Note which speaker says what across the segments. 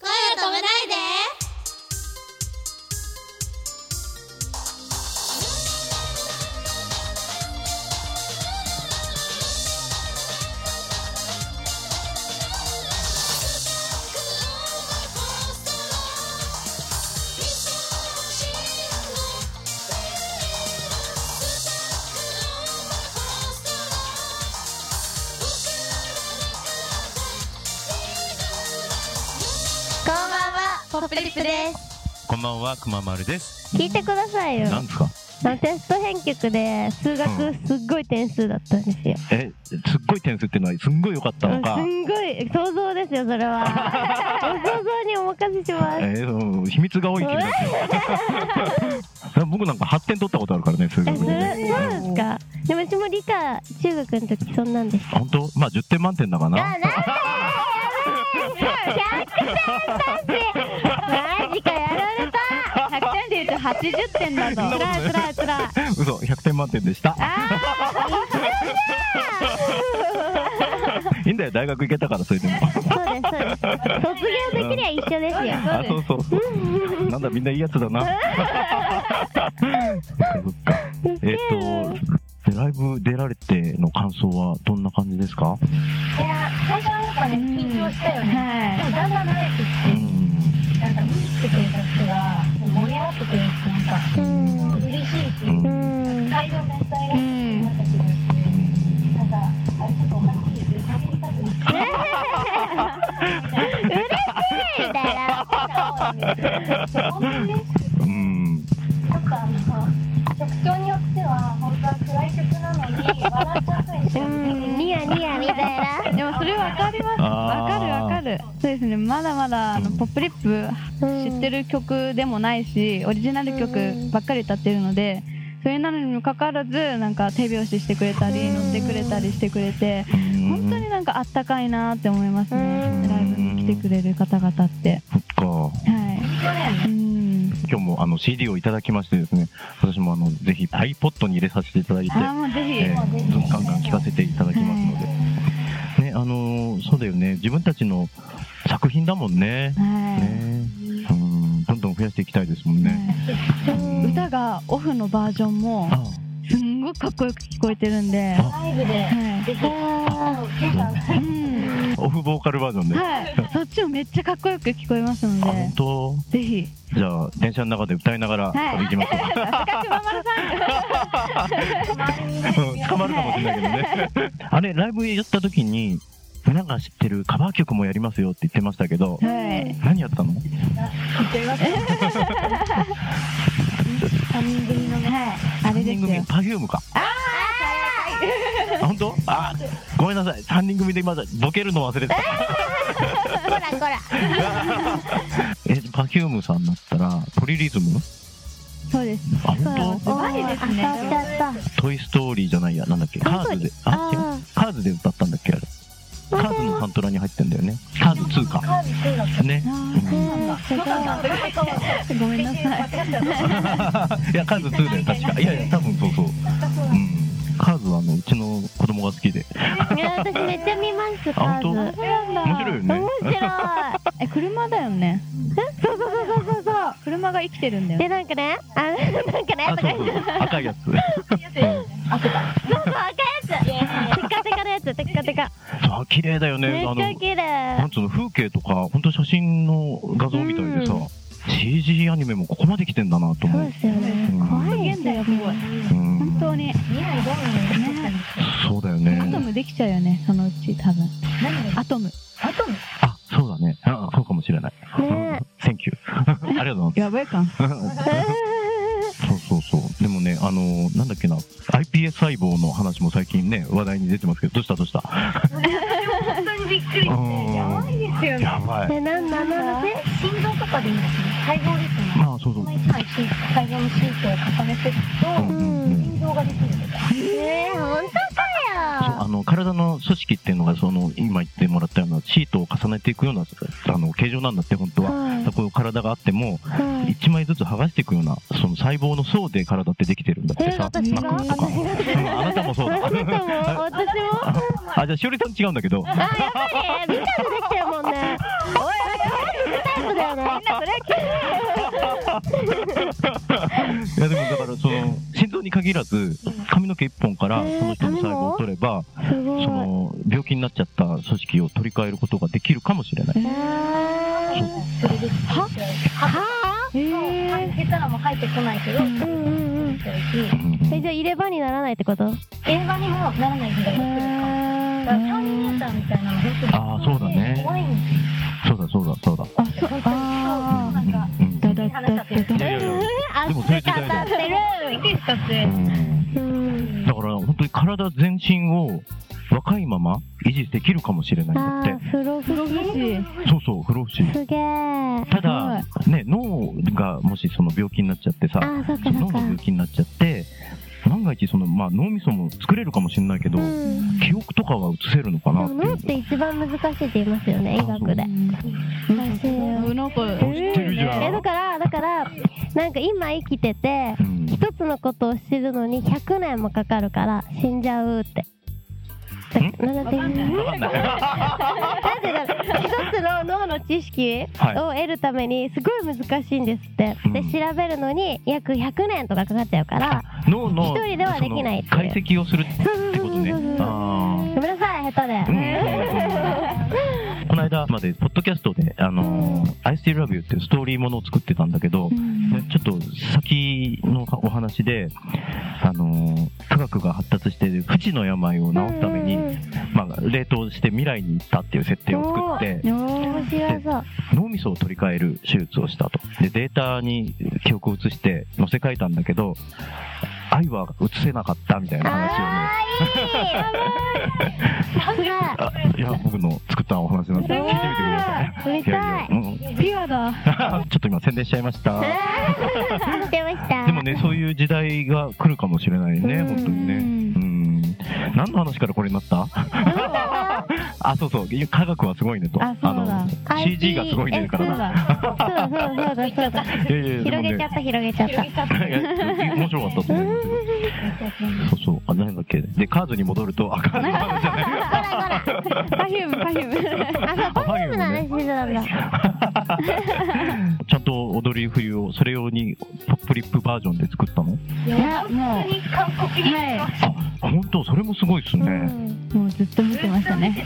Speaker 1: 止めないで
Speaker 2: こんばんは、ポップリップです。
Speaker 3: こんばんは、くままるです。
Speaker 2: 聞いてくださいよ。
Speaker 3: なんですか。
Speaker 2: あのテスト編曲で数学
Speaker 3: う
Speaker 2: すっごい点数だったんですよ。
Speaker 3: え、すっごい点数っていうのは、すんごい良かった
Speaker 2: う
Speaker 3: の
Speaker 2: んす
Speaker 3: か。
Speaker 2: んごい想像ですよそれは。想像にお任せしま
Speaker 3: え
Speaker 2: す。
Speaker 3: ー、うん秘密が多い気がする。 僕なんか発展取ったことあるからね、数
Speaker 2: え
Speaker 3: 学
Speaker 2: そ
Speaker 3: で
Speaker 2: れ
Speaker 3: ね。
Speaker 2: そうですか。でも私も理科中学の時そんなんです。
Speaker 3: 本当、まあ、十点満点だか
Speaker 2: あ
Speaker 3: な。
Speaker 2: なんだよ。百点だし。マジかやられた。
Speaker 4: 100点で言うと80点だ
Speaker 2: つ
Speaker 4: ぞ。
Speaker 2: らいつらいつらい。
Speaker 3: 嘘、百点満点でした。 いいんだよ、大学行けたから、それでも。
Speaker 2: そうですそうです。卒業できりゃ一緒ですよ。
Speaker 3: あ、そうそうそう。なんだ、みんないいやつだ な。そっかそっかえっと、でライブ出られての感想はどんな感じですか。
Speaker 5: いや、最初はやっぱね、緊張したよね。で
Speaker 4: は
Speaker 5: もだんだん慣れて
Speaker 3: うん
Speaker 5: きて、なんか見に来てくれた人が盛り上がってくれて、なんか
Speaker 2: うん
Speaker 5: 嬉しいし、
Speaker 3: うん
Speaker 2: うん。
Speaker 5: 会場全体
Speaker 4: い。うん。
Speaker 5: がなんかすごいし、なんか、あれちょっとおかしいですね、喋り方に。
Speaker 2: 嬉しいみたいな。
Speaker 5: 本当に嬉しくて
Speaker 3: うん。
Speaker 5: なんかあの曲調によっては、本当は暗い曲なのに、笑っちゃったりし
Speaker 2: う
Speaker 5: て、
Speaker 2: ん、ニヤニヤみたいな。
Speaker 4: でもそれわかります。わかるわかる。そうですね。まだまだあのポップリップ知っ
Speaker 2: る。
Speaker 4: てる曲でもないし、オリジナル曲ばっかり歌ってるので。それなのにもかかわらずなんか手拍子してくれたり乗ってくれたりしてくれて本当になんかあったかいなって思います
Speaker 2: う
Speaker 4: ね
Speaker 2: ん
Speaker 4: ライブに来てくれる方々って
Speaker 3: そっか。
Speaker 4: はいうん
Speaker 3: 今日もあの CD をいただきましてですね、私もあのぜひ iPod に入れさせていただいて、
Speaker 4: ああもうぜひ
Speaker 3: えー、ガンガン聴かせていただきますので、ね、あのーそうだよね、自分たちの作品だもんね。
Speaker 4: は
Speaker 3: ねうん、どんどん増やしていきたいですもん
Speaker 4: い
Speaker 3: ね。
Speaker 4: はい歌がオフのバージョンも
Speaker 3: あ
Speaker 4: すんごくかっこよく聞こえてるんで、は
Speaker 5: ライブで、
Speaker 4: い、
Speaker 5: ぜひ、あのケイさん、
Speaker 4: うん、
Speaker 3: オフボーカルバージョンで。
Speaker 4: はい、そっちもめっちゃかっこよく聞こえます
Speaker 3: あ、
Speaker 4: ので
Speaker 3: 本、当。
Speaker 4: ぜひ。
Speaker 3: じゃあ電車の中で歌いながら
Speaker 4: はい
Speaker 3: 行きましょう。
Speaker 4: さすが熊丸
Speaker 5: 周りにね、
Speaker 3: うん捕まるかもしれないけどね。 あれ、ライブやった時に、なんか知ってるカバー曲もやりますよって言ってましたけど
Speaker 4: さ、ん。はい。
Speaker 3: 何やったの
Speaker 5: 聞いちゃいます。
Speaker 4: 三人組のね、はい、あれ
Speaker 3: 三
Speaker 4: で
Speaker 3: 人
Speaker 4: す
Speaker 3: 組
Speaker 4: よ。
Speaker 3: パフュームか。ああ、本当？あー、ごめんなさい。三人組でまだボケるの忘れてた。
Speaker 2: こらこら。
Speaker 3: え、パフュームさんだったらポリリズム？
Speaker 4: そうです。
Speaker 3: あ、
Speaker 4: そうな
Speaker 3: 本
Speaker 4: んです。マジです
Speaker 2: あそう
Speaker 4: ね。
Speaker 2: だった。
Speaker 3: 当？トイストーリーじゃないや、なんだっけ？カーズで、あ、違う。
Speaker 2: あ
Speaker 3: カーズで歌ったんだっけあれ？カーズのサントラに入ってんだよね。カーズ2か。
Speaker 5: カービィだっ
Speaker 3: ね。
Speaker 2: あ、うんすごい。
Speaker 4: うんごめんなさい。
Speaker 3: いや、カーズ2だよ、確か。いやいや、多分そうそう。うん。カーズはあの、うちの子供が好きで。
Speaker 2: いや、私めっちゃ見ます、カ
Speaker 3: あ
Speaker 2: ーズ。
Speaker 3: 本
Speaker 2: 面
Speaker 4: そうなんだ
Speaker 3: 面 白いよね。
Speaker 2: 白い。
Speaker 4: え、車だよね。そうそうそうそうそう。車が生きてるんだよ
Speaker 2: で、。なんかね、 あ、なんかね、
Speaker 3: あ、
Speaker 2: とか
Speaker 3: そう
Speaker 2: 言
Speaker 3: そ
Speaker 2: って、
Speaker 3: う。赤いやつ。
Speaker 2: そうそう、赤いやつ。 テッカテカのやつ、テッカテカ。
Speaker 3: そう、綺麗だよ
Speaker 2: め
Speaker 3: ね。あ
Speaker 2: っちゃ
Speaker 3: の、
Speaker 2: 綺
Speaker 3: な
Speaker 2: 麗
Speaker 3: ん。つうの、風景とか、本当写真の画像みたいでさ
Speaker 2: う、
Speaker 3: CG アニメもここまで来てんだなと
Speaker 2: そう
Speaker 3: 思う
Speaker 2: で。すよね。
Speaker 3: うん
Speaker 2: 怖い
Speaker 4: 現代はすごい。
Speaker 3: うん
Speaker 4: 本当。に。ね。
Speaker 3: そうだよ
Speaker 4: アト
Speaker 3: ね。
Speaker 4: ムできちゃうよね。そのうち多分。アトム。
Speaker 3: あ、そうだね。あそうかもしれない。
Speaker 2: ね
Speaker 3: Thank you. ありがとうございます。
Speaker 4: やばいか。
Speaker 3: そうそうそう。でもね、あのーなんだっけな、iPS 細胞の話も最近ね、話題に出てますけど、どうしたどうした本当にびっくりして、やばいですよね。やばい。
Speaker 2: え、なんなんなんで
Speaker 5: 心臓とかでいいんですね。細胞ですね。
Speaker 3: まあ、そうそう。
Speaker 5: 一枚一枚細胞の神経を重ねていく
Speaker 3: う
Speaker 5: と、
Speaker 3: んうんうん
Speaker 5: 心臓ができるんです。
Speaker 2: えー、本
Speaker 3: そう
Speaker 2: 当
Speaker 3: あの体の組織っていうのがその今言ってもらったようなシートを重ねていくようなあの形状なんだって本当
Speaker 2: かよ。
Speaker 3: は、
Speaker 2: はい
Speaker 3: そこを体があっても
Speaker 2: はい
Speaker 3: 一枚ずつ剥がしていくようなその細胞の層で体ってできてるんだって
Speaker 2: え、
Speaker 3: さ、
Speaker 2: 私が
Speaker 3: なんかとか、
Speaker 2: 私が
Speaker 3: うんあなたもそうだ
Speaker 2: 私も、私も。
Speaker 3: あじゃあしおりさん違うんだけど
Speaker 2: あ、やっぱり、みんなでできてるもんね。俺、なんか、タイプだよだよね。
Speaker 4: みんなそれ
Speaker 3: いやでもだからその心臓に限らず髪の毛一本から
Speaker 2: えー
Speaker 3: その人の細胞を取れば、
Speaker 2: すごい
Speaker 3: そ。の病気になっちゃった組織を取り替えることができるかもしれない。
Speaker 2: えー
Speaker 5: それです。は
Speaker 2: は
Speaker 5: 入
Speaker 4: え
Speaker 5: ってたらもう入ってこないけど、
Speaker 4: う
Speaker 5: うんん
Speaker 2: ぁ。うんうんうん。えじゃあ入れ歯にならないってこと？へ
Speaker 5: 映画にもならないんだよ。だからターミネーターみたいなの本当に
Speaker 3: あーそうだね
Speaker 5: 怖いんです
Speaker 3: そうだそうだそうだ。
Speaker 4: あそうあ
Speaker 5: なんか
Speaker 3: うんうん
Speaker 4: ーだだだだだ
Speaker 3: いやいやいや
Speaker 2: あ
Speaker 3: でもそういう時代だ
Speaker 2: 熱く
Speaker 5: よ。びっくりしちゃって
Speaker 3: うん
Speaker 2: うん。
Speaker 3: だから本当に体全身を若いまま維持できるかもしれないん
Speaker 2: あ
Speaker 3: だっ
Speaker 2: ー、フロフロ
Speaker 4: もし
Speaker 3: て。そうそう不老不死。
Speaker 2: すげえ。あ
Speaker 3: ただね脳がもしその病気になっちゃってさ、
Speaker 2: ー、そっかそ
Speaker 3: 脳
Speaker 2: っ
Speaker 3: の
Speaker 2: か。
Speaker 3: 病気になっちゃって万が一そのまあ脳みそも作れるかもしれないけど、
Speaker 2: うん。
Speaker 3: 記憶とかは移せるのか
Speaker 2: で
Speaker 3: な
Speaker 2: も
Speaker 3: ってい
Speaker 2: 脳
Speaker 3: う
Speaker 2: っ。て一番難しいって言いますよね、医学で。
Speaker 4: うのこ
Speaker 3: 知ってるじゃん
Speaker 2: えだからだからなんか今生きてて
Speaker 3: うん
Speaker 2: 一つのことを知るのに100年もかかるから死んじゃうって。だなんだって
Speaker 3: わかんない。
Speaker 2: なんでだろう一つの脳の知識
Speaker 3: はい
Speaker 2: を得るためにすごい難しいんですって、
Speaker 3: う
Speaker 2: で
Speaker 3: ん
Speaker 2: 調べるのに約100年とかかかっちゃうから
Speaker 3: 脳の
Speaker 2: 一人ではできないって
Speaker 3: その解析をするっ
Speaker 2: そうそう
Speaker 3: て
Speaker 2: そ
Speaker 3: こ
Speaker 2: う
Speaker 3: と
Speaker 2: そう
Speaker 3: ね
Speaker 2: そう。
Speaker 3: あ
Speaker 2: ごめんなさい下手で、
Speaker 3: ーうんこの間までポッドキャストで「あのー I Still Love You」っていうストーリーものを作ってたんだけど、ねちょっと先のお話で、あのー科学が発達して不治の病を治すために、
Speaker 2: うんうんうん
Speaker 3: まあ、冷凍して未来に行ったっていう設定を作って
Speaker 2: 面白そう
Speaker 3: 脳みそを取り替える手術をしたとでデータに記憶を移して載せ替えたんだけど愛は移せなかったみたいな話をね
Speaker 2: あーいいやば
Speaker 3: あいや僕の作ったお話なんで聞いてみてください。
Speaker 2: い見
Speaker 3: いやいや、う
Speaker 2: たい
Speaker 3: ん、ち
Speaker 4: ピュアだ
Speaker 3: ょっと今宣伝 しちゃいました。
Speaker 2: 知ってました
Speaker 3: でもね、そういう時代が来るかもしれないね、
Speaker 2: うん
Speaker 3: 本当にね。うん。何の話からこれになった？あ、そうそう。科学はすごいねと。
Speaker 4: あそうだ
Speaker 3: の CG がすごいねからな。
Speaker 2: そうだそうだそう だそうだ
Speaker 3: いやいやいや
Speaker 2: 広げちゃった広げちゃった
Speaker 5: 広げちゃっ
Speaker 3: でもねいや面白かった と思うんだけど。そうそう。あ、なんだっけ。で、カーズに戻ると、あ、カーズの話じゃない。
Speaker 4: パフュームパフューム
Speaker 2: あそうパフュームの話してたんだ
Speaker 3: ちゃんと踊り冬をそれ用にポップリップバージョンで作ったの？
Speaker 4: いやも
Speaker 5: に韓国
Speaker 4: う
Speaker 5: に
Speaker 4: は
Speaker 3: あ、本当それもすごいですね。
Speaker 2: うん
Speaker 4: いもうずっと見てましたね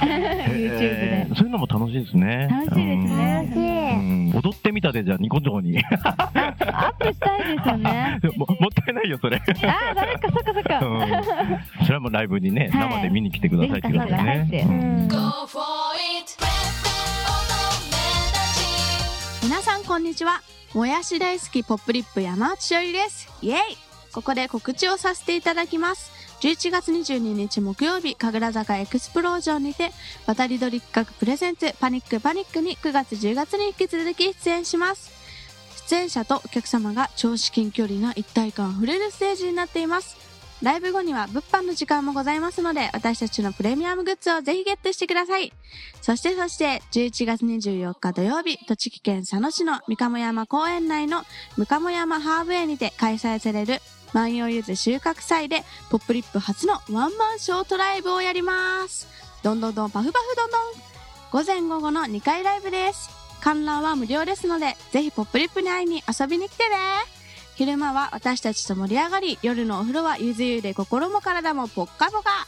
Speaker 4: YouTube で
Speaker 3: えーそういうのも楽しいですね。
Speaker 4: 楽しいですね
Speaker 2: 楽し
Speaker 3: う
Speaker 2: い
Speaker 3: ん。うん踊ってみたでじゃあニコ動 に
Speaker 4: アップしたいですよね
Speaker 3: ももったいないよそれ、うん
Speaker 4: ああダメかそっかそっか
Speaker 3: それはもうライブにね
Speaker 4: はい
Speaker 3: 生で見に来てくださいってことで
Speaker 4: ぜひ
Speaker 3: ね、
Speaker 4: 生
Speaker 2: う
Speaker 3: うん
Speaker 2: ん
Speaker 1: Go for it
Speaker 6: 皆さんこんにちはもやし大好きポップリップ山内しおりですイエイここで告知をさせていただきます11月22日木曜日神楽坂エクスプロージョンにて渡り鳥企画プレゼンツパニックパニックに9月10月に引き続き出演します出演者とお客様が超至近距離な一体感あふれるステージになっていますライブ後には物販の時間もございますので私たちのプレミアムグッズをぜひゲットしてくださいそしてそして、11月24日土曜日、栃木県佐野市の三鴨山公園内の三鴨山ハーブ園にて開催される万葉ゆず収穫祭で、ポップリップ初のワンマンショートライブをやります。どんどんどんパフパフどんどん午前午後の2回ライブです。観覧は無料ですので、ぜひポップリップに会いに遊びに来てね昼間は私たちと盛り上がり、夜のお風呂はゆずゆで心も体もぽっかぽか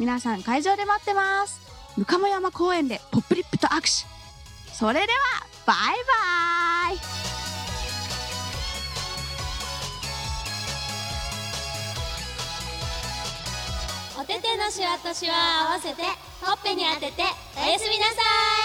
Speaker 6: 皆さん会場で待ってます向鴨山公園でポップリップと握手それではバイバイ
Speaker 1: お手手のしわとしわを合わせてほっぺに当てておやすみなさい